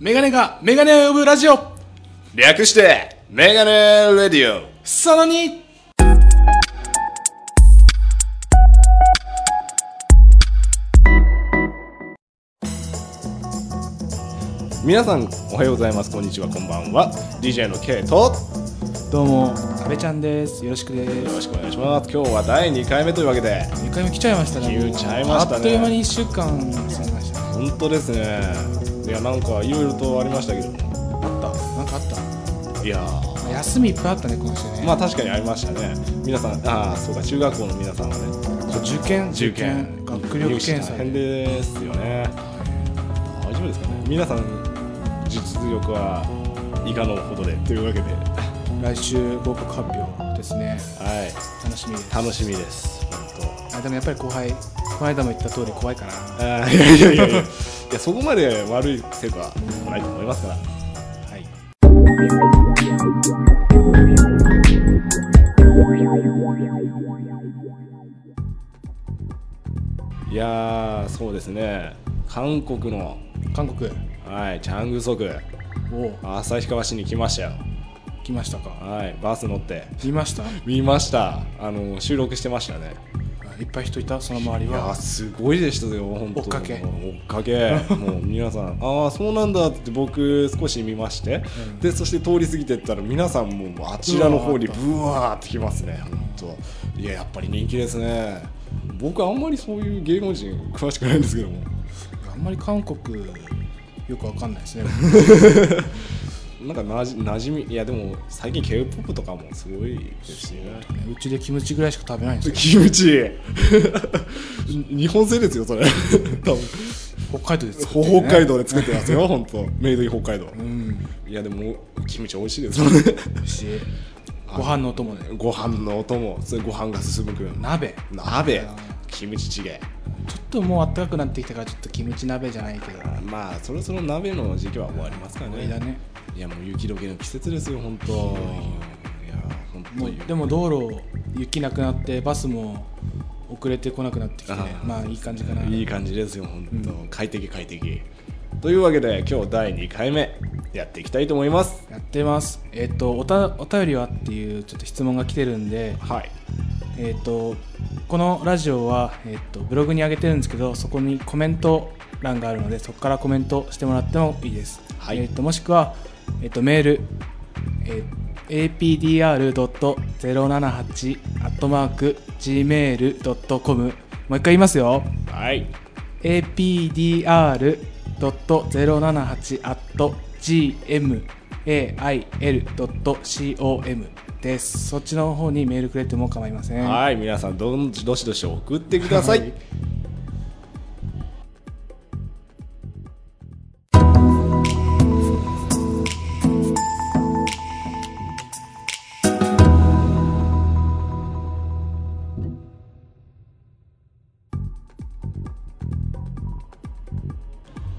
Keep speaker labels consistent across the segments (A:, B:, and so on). A: メガネがメガネを呼ぶラジオ
B: 略して、メガネレディオ。
A: その2
B: 皆さん、おはようございます。こんにちは、こんばんは。DJ の K と、
A: どうも阿部ちゃんですよろしくで
B: よろ
A: す
B: しくお願いします。今日は第2回目というわけで、
A: 2回も来ちゃいましたね
B: 来ちゃいましたね
A: あっという間に1週間過ぎましたね
B: 本当ですね。いや、なんか、いろいろとありましたけど
A: あったなんかあっ
B: いやー、
A: た休みいっぱいあったね今週ね
B: まあ確かにありましたね。皆さん、ああ、そうか、中学校の皆さんはね、
A: 受験受験学力検査
B: 大変ですよね。大丈夫ですかね。皆さん、実力はいかのほどでというわけで、は
A: 来週合格発表ですね
B: い。
A: 楽しみです
B: 楽しみです本
A: あでもやっぱり後輩この間も言った通り怖いかな
B: 当あーいやいやいやいやいやそこまで悪い成果はないと思いますからはいいやーそうですね韓国の
A: 韓国
B: はいチャングソク
A: おお
B: 旭川市に来ましたよ
A: 来ましたか
B: はいバス乗って
A: 見ましたあ
B: 見ましたあの収録してましたね
A: いっぱい人いたその周り
B: いや
A: は
B: すごいでしたよ本当
A: 追っかけ
B: 追っかけ もう皆さんああそうなんだって僕少し見まして、
A: うん
B: でそして通り過ぎてったら皆さんもあちらの方にブワーってきますね本当いややっぱり人気ですね僕あんまりそういう芸能人詳しくないんですけども
A: あんまり韓国よくわかんないですね
B: なんかなじ馴染みいやでも最近 k p o p とかもすごいですしね
A: うちでキムチぐらいしか食べないんですよ
B: キムチ 日本製ですよそれ多分
A: 北海道で作ってる、ね、
B: 北海道で作ってますよ本当メイドイン北海道
A: うん
B: いやでもキムチ美味しいですよね
A: 美味しいご飯のお供で
B: ご飯のお供それご飯が進むくん
A: 鍋
B: 鍋キムチチゲ
A: ちょっともう暖かくなってきたからちょっとキムチ鍋じゃないけど
B: まあそろそろ鍋の時期は終わりますから
A: こ
B: ね
A: れだね
B: いやもう雪解けの季節ですよ本当いや本当
A: もうでも道路雪なくなってバスも遅れてこなくなってきて
B: あー
A: まあいい感じかない
B: い感じですよ本当、快適快適というわけで今日第2回目やっていきたいと思います
A: やってますえっ、とおたお便りはっていうちょっと質問が来てるんで
B: はい
A: えー、とこのラジオは、えー、とブログに上げてるんですけどそこにコメント欄があるのでそこからコメントしてもらってもいいです、
B: はい
A: えー、ともしくは、えー、とメール、えー、apdr.078-gmail.com もう一回言いますよ
B: はい、
A: apdr.078-gmail.com ですそっちの方にメールくれても構いません
B: はい皆さんどんどしどし送ってください、
A: はい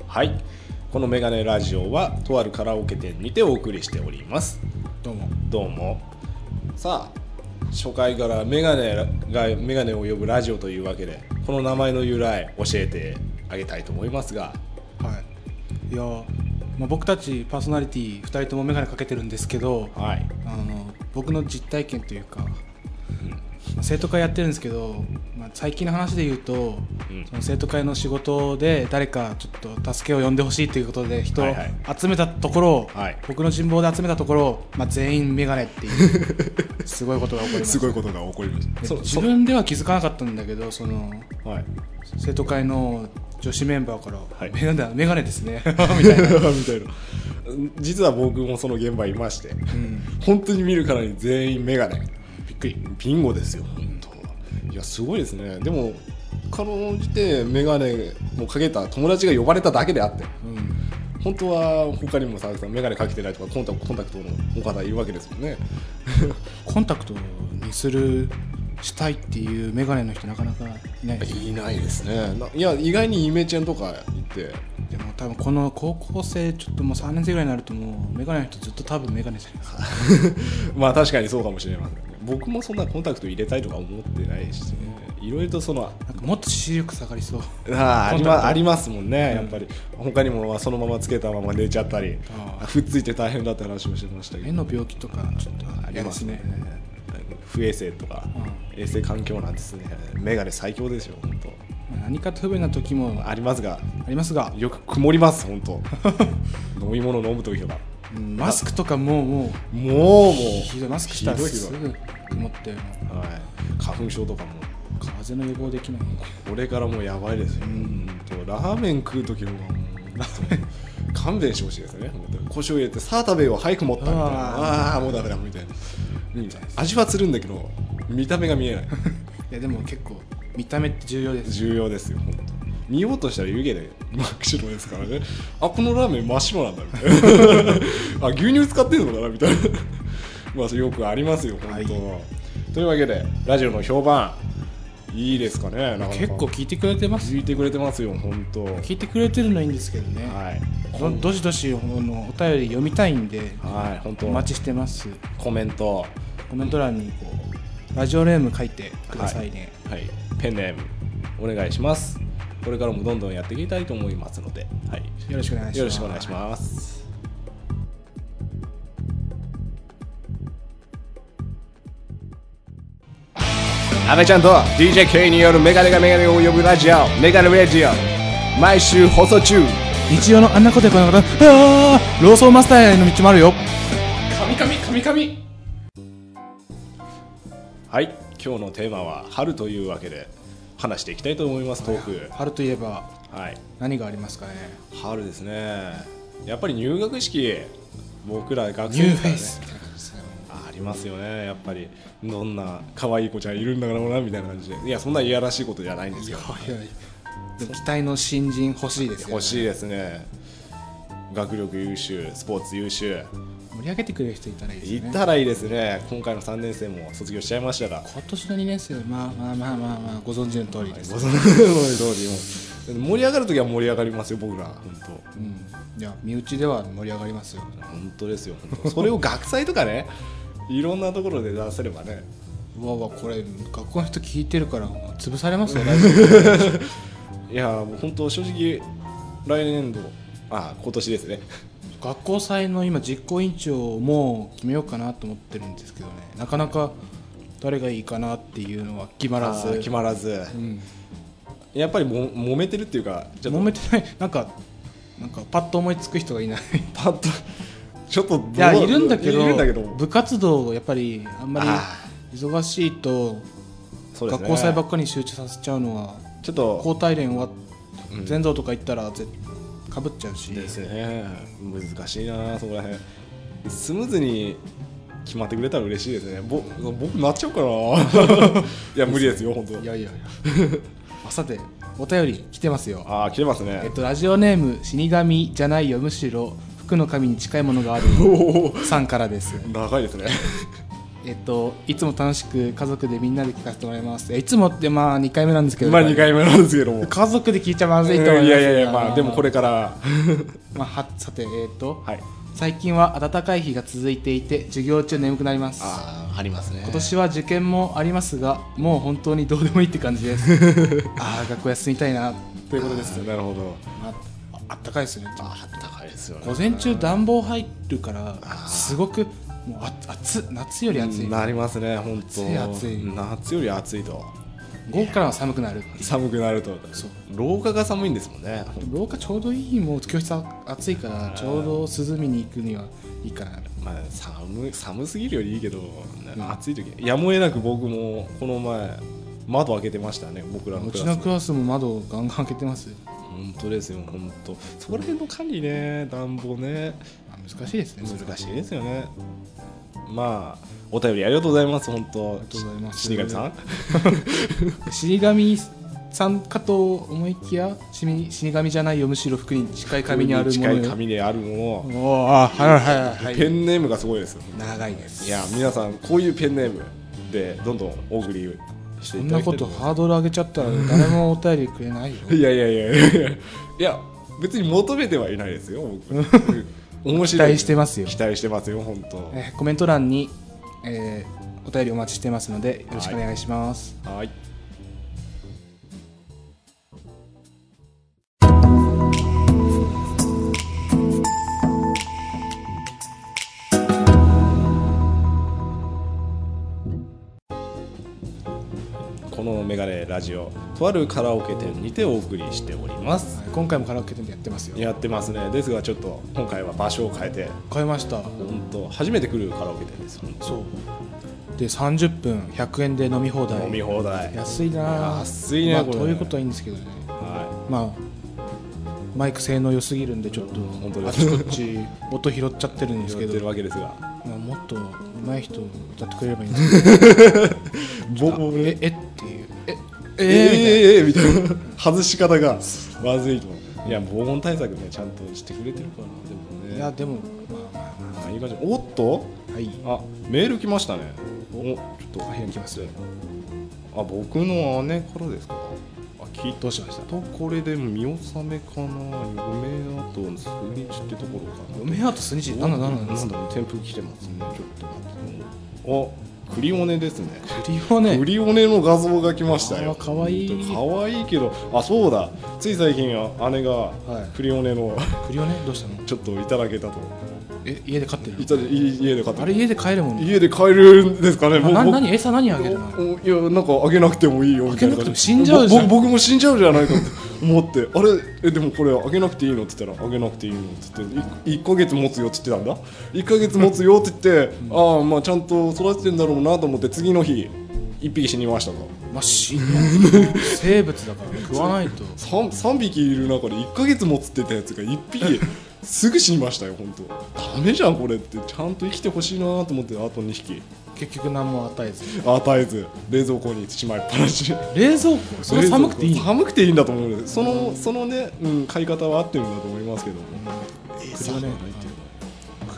B: はい、このメガネラジオはとあるカラオケ店にてお送りしております。
A: どうも
B: どうも。さあ、初回からメガネがメガネを呼ぶラジオというわけで、この名前の由来教えてあげたいと思いますが、
A: はいいやー、まあ、僕たちパーソナリティ2人とも眼鏡かけてるんですけど
B: はい。
A: あの僕の実体験というか、まあ生徒会やってるんですけど、まあ、最近の話で言うと、
B: うん
A: その生徒会の仕事で誰かちょっと助けを呼んでほしいということで人を
B: はいはい
A: 集めたところ、
B: はい
A: 僕の人望で集めたところ、まあ、全員眼鏡っていう すごいことが起こりました
B: いことが起こりまし
A: で
B: そ
A: 自
B: そ
A: 分では気づかなかったんだけどその
B: はい。
A: 生徒会の女子メンバーから
B: はい
A: 「眼鏡だ眼鏡ですね」み たいな、
B: みたいな。実は僕もその現場いまして、
A: うん
B: 本当に見るからに全員メガネ。
A: びっくり
B: ビンゴですよ、本当。いや、すごいですね。でも、かろうじてメガネもかけた友達が呼ばれただけであって、
A: うん
B: 本当は他にも沢木さん、メガネかけてないとか、コンタコンタクトのお方いるわけですもんね。
A: コンタクトにするしたいっていうメガネの人なかなかいないです
B: いないですね。ないや、意外にイメチェンとか言 って、
A: でも多分この高校生ちょっともう3年生ぐらいになるともうメガネの人ずっと多分メガネじゃないですか
B: まあ確かにそうかもしれませんね。僕もそんなコンタクト入れたいとか思ってないし、ね、いろいろとその
A: なんかもっと視力下がりそう
B: あーあ
A: コ
B: り,、
A: ンタク
B: ま、
A: ト
B: ありますもんね、
A: うん
B: やっぱり他にもそのままつけたまま寝ちゃったり
A: あー
B: ふっついて大変だって話もしてましたけ
A: 目
B: ど
A: の病気とかちょっと
B: あり
A: 嫌で
B: ますすね
A: ね
B: 不衛生とか、衛生環境なんですね眼鏡最強ですよ本
A: まあ何かと不便な時も
B: 当
A: あ
B: ありますが
A: りますが、
B: よく曇ります本 当飲み物飲む時とか
A: うんマスクとかもうも
B: もうもう
A: うひどいマスクしたら
B: ひどい
A: す
B: ひどい
A: ぐ曇ってもう
B: はい、花粉症とかも
A: 風邪の予防できない
B: これからもうやばいですよ、うんとラーメン食う時の方がもうラ ーメン勘弁してほしいですね本当に腰を入れてさあ食べよう早く持ったみたいな
A: あ
B: ああーもうダメだみたいな、うん味はするんだけど見た目が見えない
A: いやでも結構見た目って重要です
B: 重要ですよ本当見ようとしたら湯気で真っ白ですからねあこのラーメン真っ白なんだみたい なあ牛乳使ってるのかなみたいなまあそれよくありますよ本当、
A: はい
B: というわけでラジオの評判いいですかねなかなか
A: 結構聞いてくれてます
B: 聞いてくれてますよ本当
A: 聞いてくれてるのはいいんですけどね、
B: はい
A: どどしどしあのお便り読みたいんで
B: はい本当
A: お待ちしてます
B: コメント
A: コメント欄にこうラジオネーム書いてくださいね、
B: はいペンネームお願いしますこれからもどんどんやっていきたいと思いますのではい
A: よろしくお願いします
B: よろしくお願いします阿部ちゃんと DJK によるメガネがメガネを呼ぶラジオメガネラジオ毎週放送中
A: 日曜のあんなことやこんなことあーローソンマスターへの道もあるよ
B: 神々神々はい今日のテーマは春というわけで話していきたいと思いますトーク
A: 春といえば
B: はい
A: 何がありますかね
B: 春ですねやっぱり入学式僕ら学
A: ニュ
B: 生
A: ー
B: です
A: フ
B: か
A: ェイスみたいな
B: らね
A: 感じですね
B: ありますよねやっぱりどんな可愛い子ちゃんいるんだろうなみたいな感じでいやそんないやらしいことじゃないんですよ
A: いやいやでも期待の新人欲しいですよ、ね、
B: 欲しいですね学力優秀スポーツ優秀
A: 盛り上げてくれる人いたらいいです
B: い
A: ね
B: たらいいですね今回の3年生も卒業しちゃいましたが
A: 今年の2年生はまあまあまあまあ、まあ、ご存知の通りです、
B: ご存知の通りもう盛り上がるときは盛り上がりますよ僕ら本当
A: うん、いや身内では盛り上がりますよ
B: 本当ですよ本当それを学祭とかね いろんなところで出せればね
A: うわうわこれ学校の人聞いてるから潰されます よね
B: いやもう本当正直来年度あ今年ですね
A: 学校祭の今実行委員長をもう決めようかなと思ってるんですけどねなかなか誰がいいかなっていうのは決まらず
B: あー決まらず
A: うん、
B: やっぱりも揉めてるっていうかちょっと
A: 揉めてないなんかなんかパッと思いつく人がい ない
B: パッとちょっとどう
A: いやいるんだけど
B: いるんだけど
A: 部活動をやっぱりあんま
B: あ
A: り忙しいと
B: そうで
A: 学
B: すね
A: 校祭ばっかりに集中させちゃうのは
B: ちょっと
A: 交代連終わっ
B: うん
A: 全道とか行ったらぜかぶっちゃうし
B: ですね難しいなそこら辺スムーズに決まってくれたら嬉しいですねぼ僕なっちゃう かないや無理ですよ本当
A: いやいやい やさてお便り来てますよ
B: ああ切れますね
A: えっと、ラジオネーム死神じゃないよむしろ服の神に近いものがある
B: おー
A: さんからです
B: 長いですね
A: えっといつも楽しく家族でみんなで聞かせてもらいますえいつもってまあ2回目なんですけど
B: 今2回目なんですけども
A: 家族で聞いちゃま
B: い
A: ずいと思い
B: や
A: ます
B: いやいやまあでもこれ、から
A: まあ、はさてえっと、
B: はい
A: 最近は暖かい日が続いていて授業中眠くなります
B: ああありますね
A: 今年は受験もありますがもう本当にどうでもいいって感じです ああ学校休みたいなということです
B: なるほど
A: まあ、あったかいですね
B: ああったかいですよね
A: 午前中暖房入るから
B: あー
A: すごくもうあ暑夏より暑い
B: なりますね本当
A: 暑い暑い
B: 夏より暑いと
A: 午後からは寒くなるっていう
B: 寒くなると
A: そう
B: 廊下が寒いんですもんね
A: 廊下ちょうどいいもう教室あ暑いからちょうど涼みに行くにはいいかな
B: まあ寒寒すぎるよりいいけど、暑い時やむを得なく僕もこの前窓開けてましたね僕らの
A: う
B: ク
A: ち
B: ラ
A: の
B: ス
A: クラスも窓をガンガン開けてます
B: 本当ですよ本当そこら辺の管理ね暖房ね
A: あ難しいですね
B: 難しいですよねまあお便りありがとうございます本当あり
A: がとうございます
B: 死神さん
A: 死神さんかと思いきや死神死神じゃないよむしろ服に近い髪にあるもの
B: 近い
A: よ
B: 紙にあるもの、
A: おーあはいはいはい
B: ペ
A: はい
B: ンネームがすごいですよ
A: 長いです
B: いや皆さんこういうペンネームでどんどんお送りして
A: こ
B: い
A: ん
B: ただ
A: な
B: きた
A: こ
B: い
A: と
B: 思い
A: ハードル上げちゃったら誰もお便りくれないよ
B: ますいやいやいやいやいや別に求めてはいないですよ僕うん面白い
A: 期待してますよ
B: 期待してますよ本当
A: えーコメント欄に、えーお便りお待ちしてますのでよろしくお願いします、
B: はいーラジオとあるカラオケ店にてお送りしております
A: はい今回もカラオケ店でやってますよ
B: やってますねですがちょっと今回は場所を変えて
A: 買いました
B: 本当初めて来るカラオケ店です本当
A: そうで30分100円で飲み放題
B: 飲み放題
A: 安いなあ
B: 安いね
A: まあ
B: これ
A: ということはいいんですけどね
B: は
A: まあマイク性能良すぎるんでちょっと
B: 本当で
A: あ
B: す
A: ちこち音拾っちゃってるん
B: い
A: です
B: や
A: け
B: って
A: ど
B: るわけですが
A: まあ、もっと上手い人歌ってくれればいいん ですけ
B: ボ
A: どええっていうえ
B: え
A: ええ
B: えええみたいな外し方がまずいと思ういや防音対策ねちゃんとしてくれてるからでもね
A: いやでもまあまあま
B: あいい感じおっと
A: あはい
B: あメール来ましたねおちょっと
A: はい来ます
B: あ僕の姉からですかあ聞い
A: どうしました
B: とこれで見納めかな嫁あとスニチってところかな
A: 梅アートスニチなんだなんだ
B: な
A: なんん
B: だ
A: だ
B: ろう転覆来てますねちょっと待ってあクリオネですね
A: 振りは ね
B: クリオネの画像が来ましたよ
A: あーかわいい
B: 本当かわいいけどあそうだつい最近姉が
A: はい
B: クリオネの
A: 振りはねどうしたの
B: ちょっといただけたと
A: え家で飼ってる
B: いただい家で買っ
A: あ
B: て
A: れ家で飼えるもんね
B: 家で買えるんですかね
A: な
B: 僕
A: 何餌何あげるの
B: おいやなんかあげなくてもいいよみたいな
A: あげなくても死んじゃうじゃん
B: ぼぼ僕も死んじゃうじゃないかって思ってあれえでもこれあげなくていいのって言ったらあげなくていいのって言って1か月持つよって言ってたんだ1か月持つよって言 って、ああまあちゃんと育ててんだろうなと思って次の日1匹死にましたと
A: まあ死ぬよ生物だから食わないと
B: 3, 3匹いる中で1か月持つってたやつが1匹 すぐ死にましたよ本当ダメじゃんこれってちゃんと生きてほしいなと思ってあと2匹
A: 結局何も与えず
B: 与えず冷蔵庫にしまいっぱなし
A: 冷蔵庫 それ寒くていいの
B: 寒くていいんだと思うんですそのそのね、うん、買い方は合ってるんだと思いますけども
A: 栗をね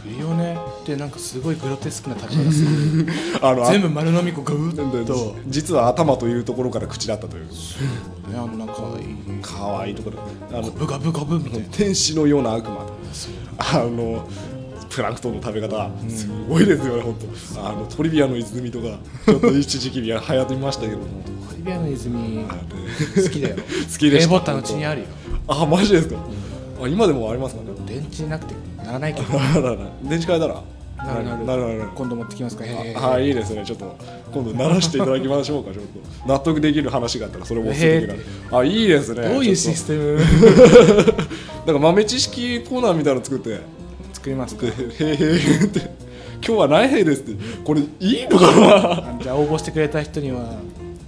A: 栗をねってなんかすごいグロテスクな食べ方する
B: あのあ
A: 全部丸飲み粉がう
B: なん
A: っ
B: だ
A: と
B: 実は頭というところから口だったという
A: ねあんな可愛い
B: かわいいところあの
A: ブガブガブみたいな
B: 天使のような悪魔あのプランクトンの食べ方すごいですよね、本当あのトリビアの泉とかちょっと一時期流行ってましたけども
A: トリビアの泉
B: あれ
A: 好きだよ
B: 好きでした
A: A ボタンうちにあるよ
B: あマジですかあ今でもありますかね
A: 電池なくてならないけど
B: あらら電池変えたら
A: なるなる
B: なるなる
A: 今度持ってきますからへへへ
B: あはいいいですねちょっと今度鳴らしていただきましょうかちょっと納得できる話があったらそれも教えてくだ
A: へ
B: さいあいいですね
A: どういう
B: ちょっ
A: シ
B: と
A: ステム
B: なんか豆知識コーナーみたいなの作って
A: 作りますか
B: でへーへーって今日はないへーですってこれいいのかな
A: あじゃあ応募してくれた人には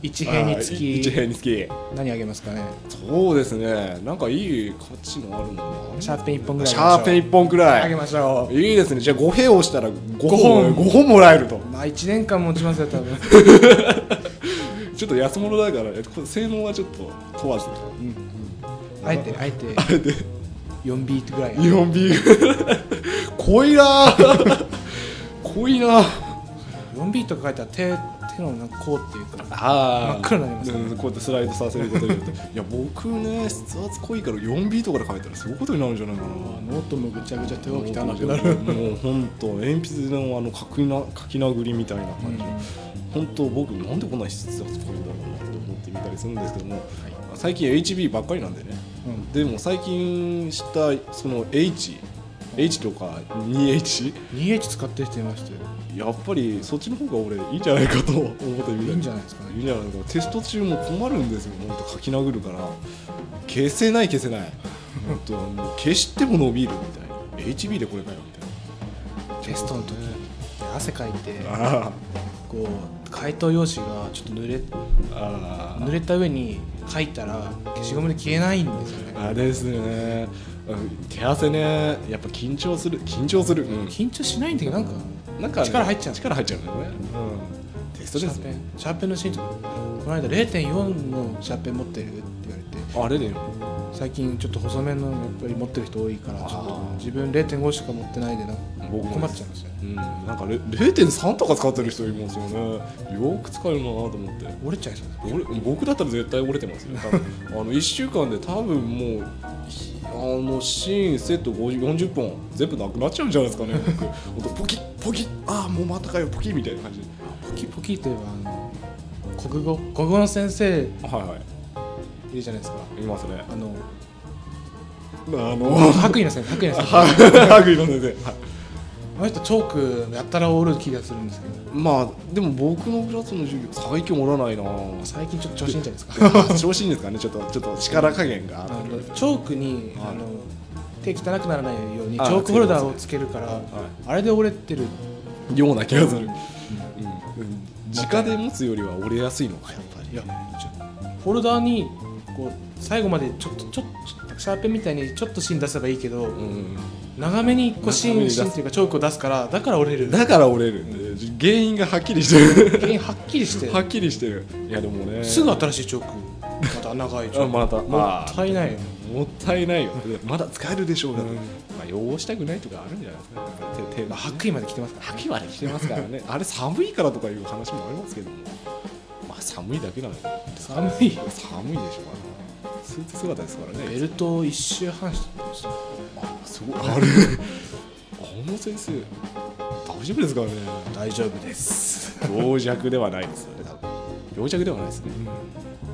A: 1平につき
B: 1平につき
A: 何あげますかね
B: そうですねなんかいい価値のあるの
A: シャーペン1本ぐらい
B: シャーペン1本く
A: あ
B: ら
A: げ
B: い
A: ましょう
B: いいですねじゃあ5平をしたら5本
A: 本
B: ,5 本もらえると
A: まあ1年間持ちますよ多分
B: ちょっと安物だからこれ性能はちょっと問わず
A: あえてあえて
B: あれで
A: 4B ぐらい
B: 日本ビー ル濃いなぁ濃いなぁ
A: 4B とか書いたら手手のなんかこうっていうか
B: あ
A: 真っ黒になりますね
B: うんこうやってスライドさせることに よっていや僕ね筆圧濃いから 4B とかで書いたらすごいことになるんじゃないかな
A: ノートもぐちゃぐちゃ手が汚くなる
B: もう本当鉛筆のあの書きな書き殴りみたいな感じ、本当僕なんでこんな筆圧濃いんだろうなって思ってみたりするんですけども、最近 HB ばっかりなんでね、
A: うん
B: でも最近知ったその H H とか 2H
A: 2H 使ってる人いましたよ
B: やっぱりそっちの方が俺いいんじゃないかと思ってみ
A: い
B: た
A: いんじゃないいですか
B: い
A: ね
B: んじゃないかテスト中も困るんですよ本当書き殴るから消せない消せない本当もう消しても伸びるみたいな HB でこれかよみ
A: テストの時汗かいて
B: たいなあ
A: こう解答用紙がちょっと濡れ
B: ーあ
A: 濡れた上に書いたら消しゴムで消えないんですよ
B: ー
A: ね
B: あれですねうん手汗ねやっぱ緊張する緊張する、うん
A: 緊張しないんだけどなんか
B: なんかね
A: 力入っちゃう
B: 力入っちゃうんだよね、うん、テスト
A: シ
B: で
A: ャ
B: す
A: ーペ
B: ね
A: ンシャーペンのシーンとかこの間0.4のシャーペン持ってるって言われて
B: あれだよ
A: 最近ちょっと細めのやっぱり持ってる人多いからちょっと自分0.5しか持ってないでな
B: 僕もです
A: 困っちゃうんですよね
B: うん、なんかれ0.3とか使ってる人いますよねよく使えるなと思って
A: 折れちゃいそう
B: 俺僕だったら絶対折れてます よ多分あの1週間で多分もうひあのシーンセット50 40本全部なくなっちゃうんじゃないですかね僕ほんとポキッポキッああもうまたかよポキッみたいな感じ
A: ポキポキといえばあの国語国語の先生い
B: はいはい
A: るじゃないですか
B: いますね
A: あの
B: あの
A: 白衣の先生白衣の先生
B: ハグイの先生はい
A: あの人チョークやったら折る気がするんですけど
B: まあでも僕のクラスの授業最近おらないな
A: 最近ちょっと調子いいんじゃないです か
B: 調子いいんですかねちょっとちょっと力加減が
A: あのチョークに、
B: は
A: あ
B: い
A: の手汚くならないようにチ
B: あ
A: ョークホルダーをつけるからあ,、れで折れてる
B: ような気がする、うんうん、直で持つよりは折れやすいのかやっぱ
A: い
B: り
A: やちょホルダーにこう最後までちょっとちょっとシャーペンみたいにちょっと芯出せばいいけど、
B: うん
A: 長めにこう
B: 長めに
A: 芯
B: 出す
A: 芯っていうかチョークを出すからだから折れる
B: だから折れるんで原因がはっきりしてる
A: 原因はっきりして
B: はっきりしてるいやでもね
A: すぐ新しいチョークまた長いチョ
B: あ
A: ーク
B: また
A: も
B: ま
A: っ
B: あ
A: たいないよ
B: もったいないよまだ使えるでしょうが、
A: うん
B: まあ汚したくないとかあるんじゃないですか手手
A: まあ白衣まで着てますから、
B: はきまで来てますからねあれ寒いからとかいう話もありますけどもまあ寒いだけなので
A: 寒いよ
B: 寒いでしょうがなスーツ姿ですからね
A: ベルトを一周半してました
B: あすごいあれあの先生大丈夫ですかね
A: 大丈夫です、
B: 病弱ではないですよね多分病弱ではないですね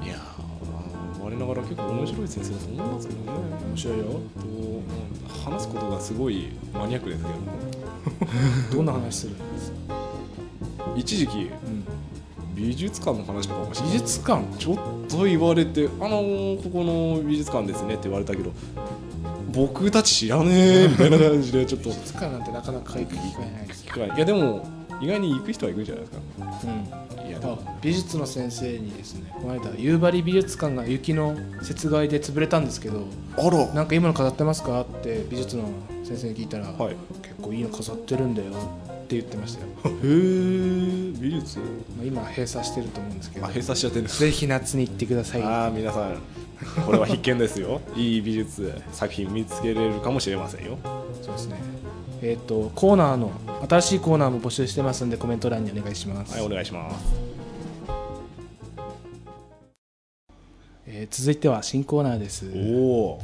B: いやーまあ我ながら結構面白い先生だと思いますけどね
A: 面白いよ
B: とうん話すことがすごいマニアックですけども
A: どんな話する
B: 一時期
A: うん
B: 美術館の話とかもして
A: 美術館
B: ちょっと言われて「あのー、ここの美術館ですね」って言われたけど僕たち知らねえみたいな感じでちょっと
A: 美術館なんてなかなか行く機会ないです、
B: 機会いやでも意外に行く人は行くんじゃないですかいやでも
A: 美術の先生にですねこの間夕張美術館が雪の雪害で潰れたんですけど
B: あら
A: なんか今の飾ってますかって美術の先生に聞いたら、
B: はいへ
A: 結構いいの飾ってるんだよって言ってました よま
B: え美術
A: あ今閉鎖してると思うんですけ
B: あ
A: ど
B: 閉鎖しちゃってるんです
A: ぜひ夏に行ってください
B: ああ皆さんこれは必見です よいい美術作品見つけれるかもしれませんよ
A: そうですねえっ、とコーナーの新しいコーナーも募集してますんでコメント欄にお願いします、
B: はいお願いします
A: えー続いては新コーナーです
B: おお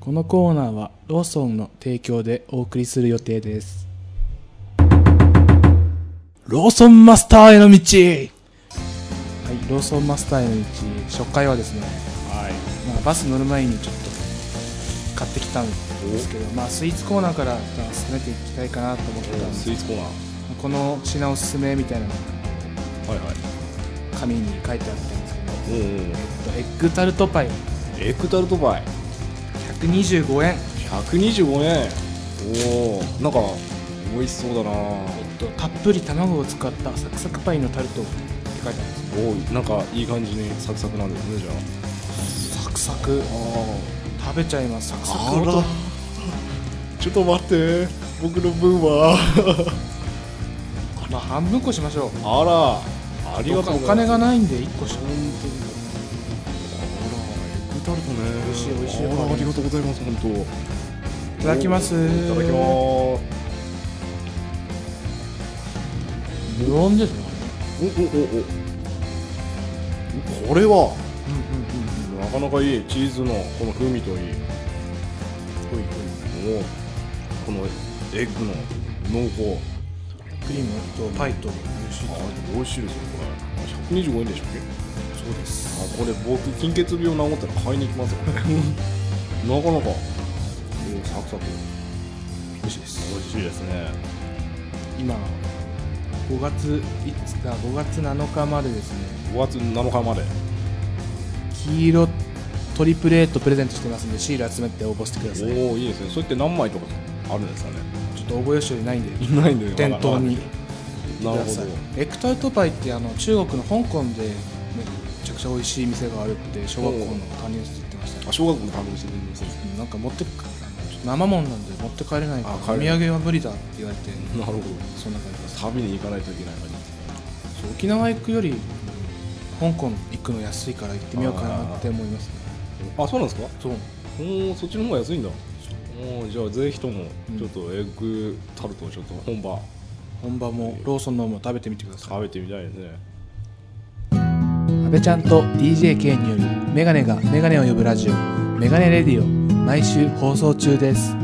A: このコーナーはローソンの提供でお送りする予定ですローソンマスターへの道はいローソンマスターへの道初回はですね、
B: はい
A: まあ、バス乗る前にちょっと買ってきたんですけど、まあ、スイーツコーナーからまあ進めていきたいかなと思ってたんです
B: スイーツコーナー
A: この品おすすめみたいなのが
B: はいはい
A: 紙に書いてあったんですけど、
B: お
A: えっ
B: ー
A: と、エッグタルトパイ
B: エクタルトパイ
A: 125円、
B: 125円おおなんか美味しそうだな
A: えっと、たっぷり卵を使ったサクサクパイのタルトって書いてあるんです
B: おーなんかいい感じにサクサクなんですねじゃ
A: サクサク食べちゃいますサクサ
B: あ
A: ク音
B: らちょっと待って僕の分は
A: まあ半分こしましょう
B: あらありがとう
A: お金が
B: い
A: ないんで1個し
B: 本
A: か
B: 当にあらエクタルトね
A: 美味しい美味しい
B: あらありがとうございます本当い
A: いただきます
B: いただきます
A: 無音ですね
B: おおおおこれは
A: うんうん
B: なかなかいいチーズのこの風味といいもうこのエッグの濃厚
A: うんクリームとパイと美味しい
B: あ美味しいですよこれ125円でしょっけ
A: そうです
B: あこれ僕金欠病治ったら買いに行きますよね なかなかおーサクサク
A: 美味しいです
B: 美味しいですね
A: 今5月5日5月7日までですね
B: 5月7日まで
A: 黄色トリプレートプレゼントしてますんでシール集めて応募してくださいちょ
B: おおいいですねそれって何枚とかあるんですかね
A: っと応募用紙ないんで
B: ないんだよ
A: 店頭にく
B: なる
A: だ
B: ほ
A: さ
B: ど
A: いエクタルトパイってあの中国の香港でめちゃくちゃ美味しい店があるって小学校の担任室で言ってました
B: あ
A: よ
B: 小学校の担当してるんですね
A: うんなんか持ってくあのちょっと生もんなんで持って帰れないから
B: あ
A: お
B: 帰
A: 土
B: れない
A: 産は無理だって言われて
B: なるほど
A: そんな感じです
B: 旅に行かないといけない感じ
A: そう沖縄行くより香港行くの安いから行ってみようかなって思いますね
B: あそうなんですか
A: そう
B: おおそっちの方が安いんだおーじゃあぜひとも
A: うん
B: ちょっとエッグタルトをちょっと本場
A: 本場もローソンのも食べてみてください
B: 食べてみたいですね
A: 安倍ちゃんと DJK によりメガネがメガネを呼ぶラジオメガネレディオ毎週放送中です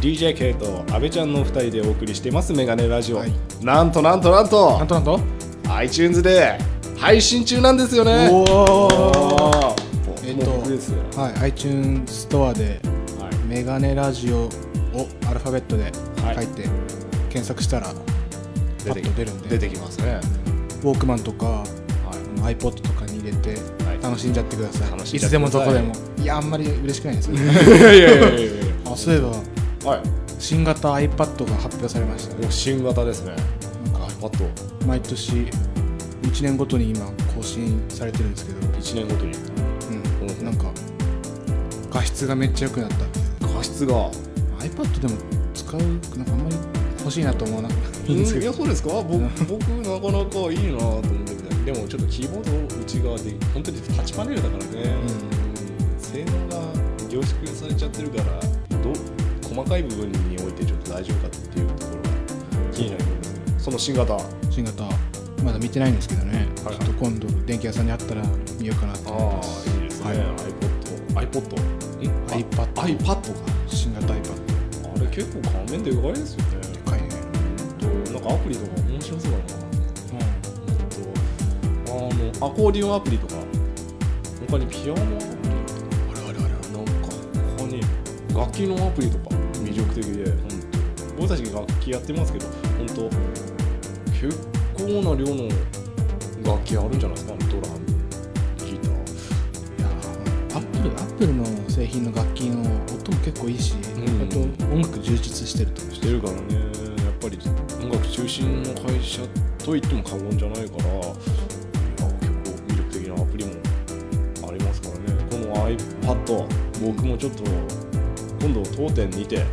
B: DJK と阿部ちゃんのお二人でお送りしてますメガネラジオ、
A: はい
B: なんとなんとなん
A: なん
B: と
A: となんと
B: iTunes で配信中なんですよね
A: おー
B: あー
A: えっ
B: も
A: と
B: う僕ですよ
A: はい、iTunes ストアで
B: はい
A: 「メガネラジオ」をアルファベットで
B: はい
A: 書いて検索したらパ
B: 出
A: ッと出るんで、
B: 出てきますね、
A: ウォークマンとか
B: はい
A: iPod とかに入れて
B: はい
A: 楽しんじゃってください、
B: 楽しん
A: い、
B: じゃっ
A: つ
B: て
A: で
B: くだ
A: もど
B: さい
A: こでもいやあんまり嬉しくないですよね
B: いやいやいやいやい
A: あそういえば
B: やはい
A: 新型 iPad が発表されましたね
B: もう新型ですね
A: なんか
B: iPad
A: 毎年1年ごとに今更新されてるんですけど、
B: 1年ごとに
A: うん、なんか画質がめっちゃ良くなったって
B: 画質が
A: iPad でも使うなんかあんまり欲しいなと思わなくていいんですけ
B: い
A: ど
B: やそうですか僕僕なかなかいいなと思ってみたいでもちょっとキーボード内側で本当にタッチパネルだからね、うん性能が凝縮されちゃってるからどう細かい部分においてちょっと大丈夫かっていうところが気になりますねその新型あ
A: 新型まだ見てないんですけどね、
B: はい
A: ちょっと今度電気屋さんにあったら見ようかなと思います
B: いいですね、
A: はい
B: iPodiPod あ
A: iPad
B: iPad か
A: 新型 iPad
B: あれ結構画面でかいですよね
A: でかいね、
B: うんとなんかアプリとか面白そうだなあのアコーディオンアプリとか他にピアノアプ
A: あれあれあれ
B: リなんか他に楽器のアプリとか魅力的で本当僕たち楽器やってますけど本当結構な量の楽器あるんじゃないですかドラムギタ
A: いやアップルアップルの製品の楽器の音も結構いいし、
B: うん
A: あと音楽充実してると
B: ーしてるからねやっぱり音楽中心の会社と言っても過言じゃないからいや結構魅力的なアプリもありますからねこの iPad 僕もちょっと今度当店にて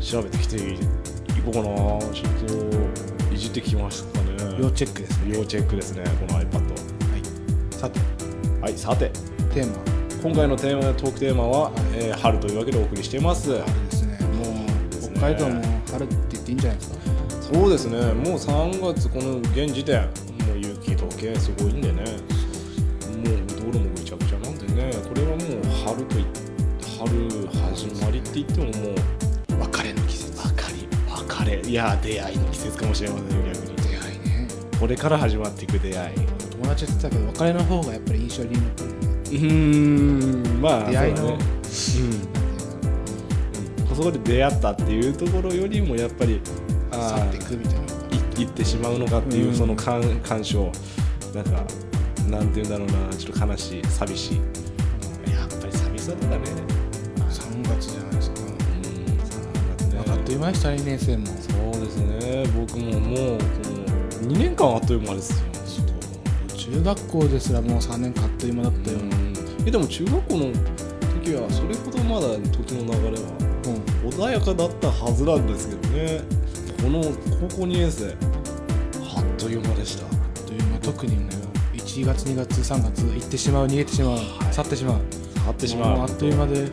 B: 調べてきていこうかなちょっといじってきましたね
A: 要チェックですね、
B: 要チェックですねこの iPad
A: はい、さて
B: はいさて
A: テーマ
B: 今回のテーマトークテーマは、えー春というわけでお送りしています
A: あれですねも
B: です
A: う
B: ね
A: 北海道も春って言っていいんじゃないですか
B: そうですねもう3月この現時点もう雪時計すごいんでねもう道路もぐちゃぐちゃなんでねこれはもう春とい春始まりって言ってももう別れの季節別れ別れいや出会いの季節かもしれませんよ逆に
A: 出会いね
B: これから始まっていく出会いう
A: 友達って言ってたけど別れの方がやっぱり印象に残るね
B: ーんまあ
A: 出会いの
B: そうだ
A: なん
B: ね
A: ていうか
B: うんそこで出会ったっていうところよりもやっぱりあ
A: 去
B: ー
A: っていくみたいなのが
B: い行ってしまうのかっていううんその感感傷なんかなんて言うんだろうなちょっと悲しい寂しいやっぱり寂しさとかね
A: 3月じゃないですか、
B: うん
A: なんかあっという間でしたね2年生も
B: そうですね僕ももうこの2年間あっという間ですよそう
A: 中学校ですらもう3年間あっという間だったよ、うな
B: えでも中学校の時はそれほどまだ時の流れは穏やかだったはずなんですけどねこの高校2年生あっという間でした
A: あっという間特にね1月2月3月行ってしまう逃げてしまう、
B: はい
A: 去ってしまう
B: あってしまう
A: もあっという間でも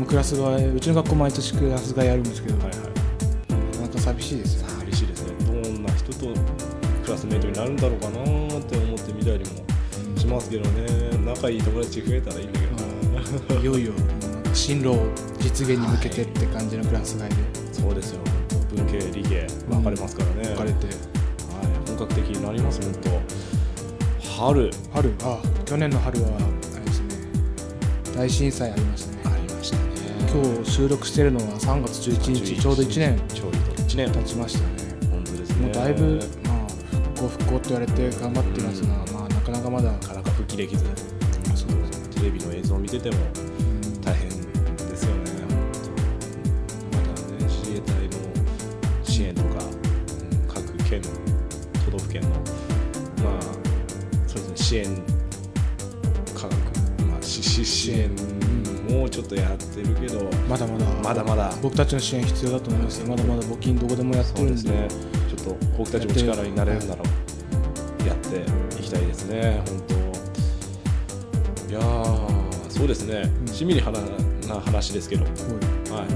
A: うクラス替えうちの学校毎年クラス替えやるんですけど、
B: はいはい
A: なんか寂しいですよ
B: 寂しいですねどんな人とクラスメートになるんだろうかなーって思ってみたりもしますけどね仲いい友達増えたらいいんだけどな、
A: いよいよもうなんか進路を実現に向けてって感じのクラス替えで
B: そうですよ本当文系理系分かれますからね、
A: 分
B: は
A: か
B: い
A: れ、て、
B: 本格的になります本当春
A: 春あ去年の春はあれですね大震災ありましたね
B: りましたね
A: 今日収録してるのは3月11日ちょうど1年
B: ちょうど1年
A: 経ちましたね
B: 本当ですね
A: もうだいぶ、まあ、復興復興って言われて頑張ってますが、まあ、なかなかまだ、
B: なかなか復帰できず
A: そうです
B: テレビの映像を見てても
A: うん
B: 大変ですよね、まだね、自衛隊の支援とか、うん各県、都道府県の、まあ、そうですね、支援科学、まあ、しし支援もちょっとやってるけど、
A: まだまだ
B: まだまだ、
A: 僕たちの支援必要だと思いますよまだまだ募金どこでもやって
B: そう
A: るん
B: で
A: です
B: ね、ちょっと僕たちも力になれるなら、やっていきたいですね、本当。いやーそうですね、
A: うん
B: しみりはなな話ですけど、は
A: すごい
B: い、
A: あ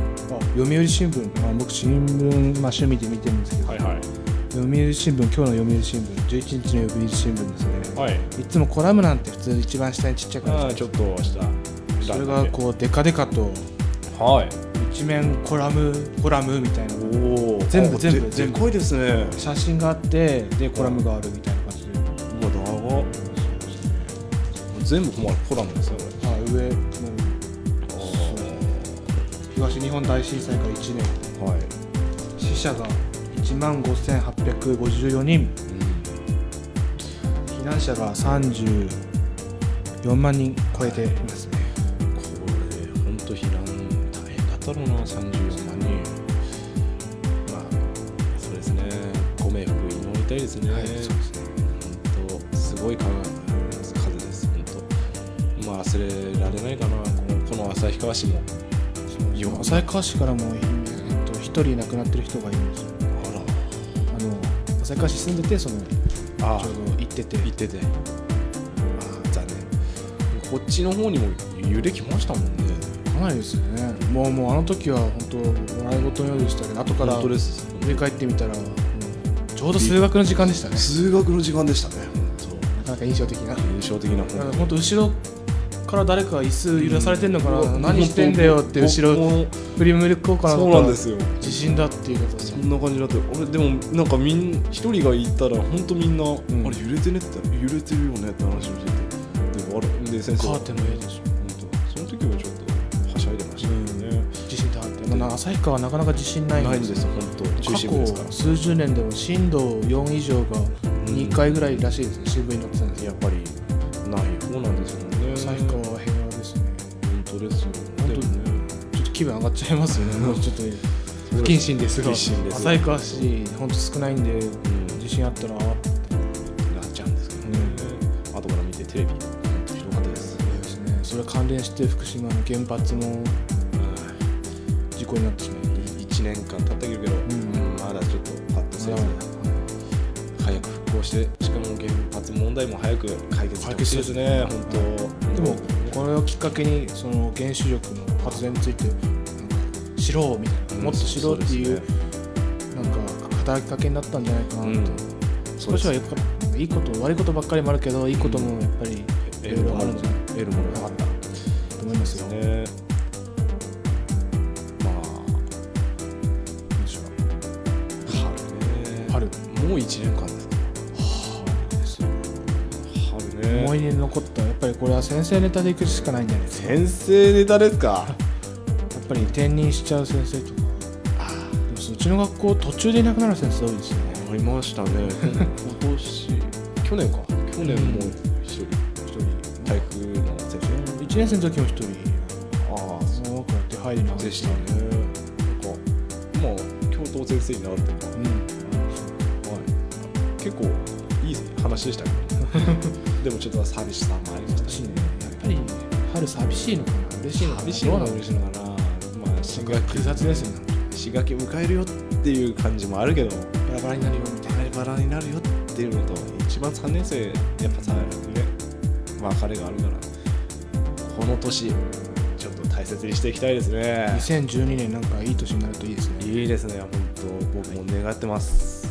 A: 読売新聞、まあ、僕新聞、まあ、趣味で見てるんですけど、
B: はいはい。
A: 読売新聞今日の読売新聞11日の読売新聞ですね
B: はい、
A: いつもコラムなんて普通一番下にちっちゃく
B: あ
A: な
B: あ
A: っ
B: ちょっとした
A: それがこうデカデカと
B: はい
A: 一一面コラムコラムみたいな
B: おお
A: 全部全部全部
B: ででっかいですね
A: 写真があってでコラムがあるみたいな感じで
B: うわ長っ全部コラコラムですよこ
A: あ
B: れ
A: 上もう東日本大震災から1年
B: はい、
A: 死者が1万5854人避難者が34万人超えていますね
B: これ本当避難大変だったろうな34万人まあそうですねご冥福祈りたいですね、
A: はいそうですね
B: 本当すごい数数です本当まあ忘れられないかなこのこの旭川市もよあ
A: 旭川市からも、えっと、1人亡くなってる人がいるんですよあの旭川市住んでてそのち
B: らあ
A: ょうど行ってて
B: 行っててああ残念こっちの方にも揺れきましたもんね
A: かなりですよねもうもうあの時は本当笑い事のようでしたけど後から
B: 本当です
A: 振り返ってみたらもうちょうど数学の時間でしたね
B: 数学の時間でしたね本
A: なかなか印象的な
B: 当印象的な
A: なんか本当後ろから誰か椅子揺らされてんのかな、何してんだよって後ろ
B: ろ
A: 振り向こうかなと
B: そう
A: 思ったら
B: なんですよ
A: 地震だっていう方
B: そんな感じだったよ俺でもなんかみん一人がいたら本当みんな、
A: ん
B: あれ揺れてねって揺れてるよねって話をしててであれで先生
A: カー
B: が
A: テンの絵でしょ
B: 本当その時はちょっとはしゃいでましたけどね、
A: 地震だって、まあ、旭川はなかなか地震ない
B: ないんですよ本当中
A: 過
B: 心部ですから
A: 去数十年でも震度4以上が2回ぐらいらしいですね、新聞に載ってたんですよ
B: やっぱりない方なんですよね
A: 旭川は平和ですね
B: 本当ですよ
A: 本当
B: でもね
A: ちょっと気分上がっちゃいますよねもうちょっと不謹慎ですが
B: 不謹慎です
A: 旭川市本当少ないんで
B: うん
A: 地震あったら慌て
B: なっちゃうんですけどね、後から見てテレビ本当広かったです、
A: ですねそれ関連して福島の原発も事故になってしまい
B: 1年間経ってるけど、
A: ん
B: まだちょっとパッとせず、早く復興してしかも原発問題も早く解決してほしいですね本当、
A: でもこれをきっかけにその原子力の発電についてなんか知ろうみたいなもっと知ろうっていう
B: そです
A: な
B: ね
A: んか働きかけになったんじゃないかなと、
B: うんそ
A: 少
B: うで
A: し
B: す
A: は
B: ね
A: やっぱいいこと悪いことばっかりもあるけどいいこともやっぱりいろいろあるんじゃない
B: 得るものがあったん
A: か
B: で
A: と思いますよ、
B: すねまあ春ね
A: 春
B: もう1年間ですか春ね
A: 思い出に残ったやっぱりこれは先生ネタでいくしかないんじゃないですかや
B: 先生ネタです か
A: っぱり転任しちゃう先生とかでもそううちの学校途中でいなくなる先生多いですよね
B: ありましたね今年去年か去年も一人一人体育の先生
A: 1年生の時も1人
B: あ
A: もう若くなって入り直
B: でしたねなんかまあ教頭先生に習ってから
A: うん
B: はい、結構いい話でしたけ ど、でもちょっと寂しさもありました
A: 寂しい
B: し
A: ね、やっぱり、ね、春寂しいのかな嬉しいのかな
B: 寂しいの
A: ど
B: が
A: うなの
B: 嬉しいのかな、まあ、新
A: なんか
B: 学期
A: 複雑ですよね
B: 新学期迎えるよっていう感じもあるけど、
A: バラバラになるよみたい
B: バラバラになるよっていうのと、一番3年生、やっぱさ、ね、別れがあるから、この年、ちょっと大切にしていきたいです
A: な
B: ね。
A: 2012年なんかいい年になるといいですね
B: いいですね、本当、僕も願ってます。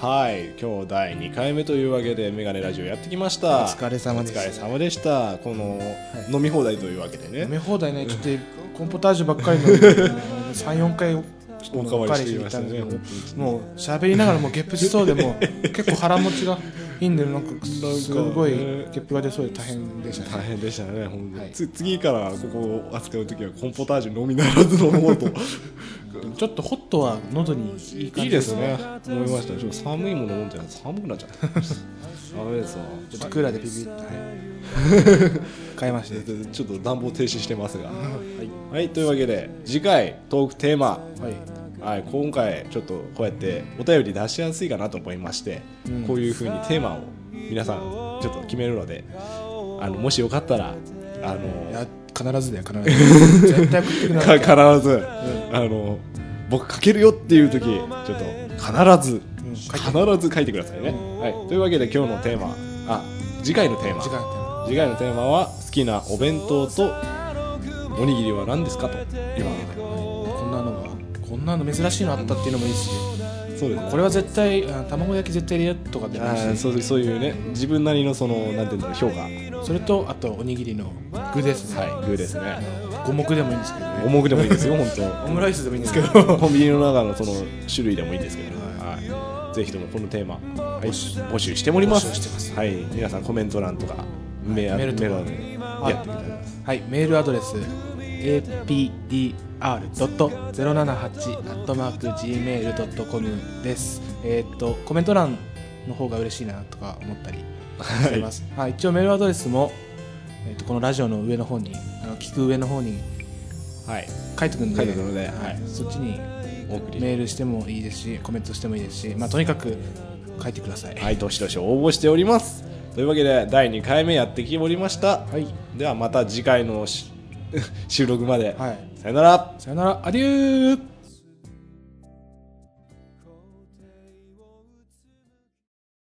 B: はい、今日第2回目というわけで、メガネラジオやってきました。
A: お疲れ様でした
B: お疲れ様でした。この、飲み放題というわけで
A: 飲
B: ね。
A: み放題ねちょっとコンポタージュばっかりの34 回ちょっと
B: お
A: お
B: か
A: か
B: わ
A: わ
B: り
A: りして
B: し
A: て
B: い
A: い
B: ましたた
A: ん
B: ね
A: ですけどもう喋りながらもうゲップしそうでもう結構腹持ちがいいんでなんかすごいゲップが出そうで大変でした
B: 大
A: ね
B: 変でしたね、本当、
A: はい
B: つ次からここを扱うときは、コンポタージュのみならず飲も うと。
A: ちょっとホットは喉にいい感
B: いい
A: じ
B: ですね。思いました。ちょっと寒いもの飲んじゃうと寒くなっちゃう。ダメですわ。
A: ちょっとクーラーでビビって、 はい、買いまして
B: ちょっと暖房停止してますが。はい、というわけで次回トークテーマ。
A: はい
B: はい、今回ちょっとこうやってお便り出しやすいかなと思いまして、
A: うん
B: こういうふうにテーマを皆さんちょっと決めるので、あのもしよかったらあの
A: いや必ずだよ必ず絶対食ってくな
B: か
A: るから、
B: 必ず、あの僕書けるよっていう時ちょっと必ず、
A: うん書いて
B: 必ず書いてくださいね、はい、というわけで今日のテーマあ次回のテーマ
A: 時間やっ
B: 次回のテーマは好きなお弁当とおにぎりは何ですかというわ
A: てもこんなのがこんなの珍しいのあったっていうのもいいし
B: けでそうですね
A: これは絶対あ卵焼き絶対入れるとかって
B: あ
A: 話
B: ーそうそういうね自分なりのそのなんていうんだろう評価
A: それとあとおにぎりの具ですね、
B: はい具ですね
A: 五目でもいいんですけどね
B: 重くでもいいですよ本
A: オ
B: 当
A: ムライスでもいいんですけど
B: コンビニの中のその種類でもいいですけど、はい、ぜひともこのテーマ、はい、募集しております
A: 募集してます
B: はい、皆さんコメント欄とかメ
A: メールとか
B: メール欄やってみたいです
A: はい、メールアドレス apdr.078-gmail.com です。えーっと、コメント欄の方が嬉しいなとか思ったりしてます。はい、一応メールアドレスも、えーっとこのラジオの上の方に、あの聞く上の方に
B: はい
A: 書いてくんで
B: 書いてくので
A: は
B: はい
A: い、そっちに
B: お送り
A: メールしてもいいですし、コメントしてもいいですし、まあ、とにかく書いてください。
B: はいどしどし応募しておりますというわけで第2回目やってきておりました、
A: はい、
B: ではまた次回のし 収録まで、
A: はい
B: さよなら
A: さよなら、アデュー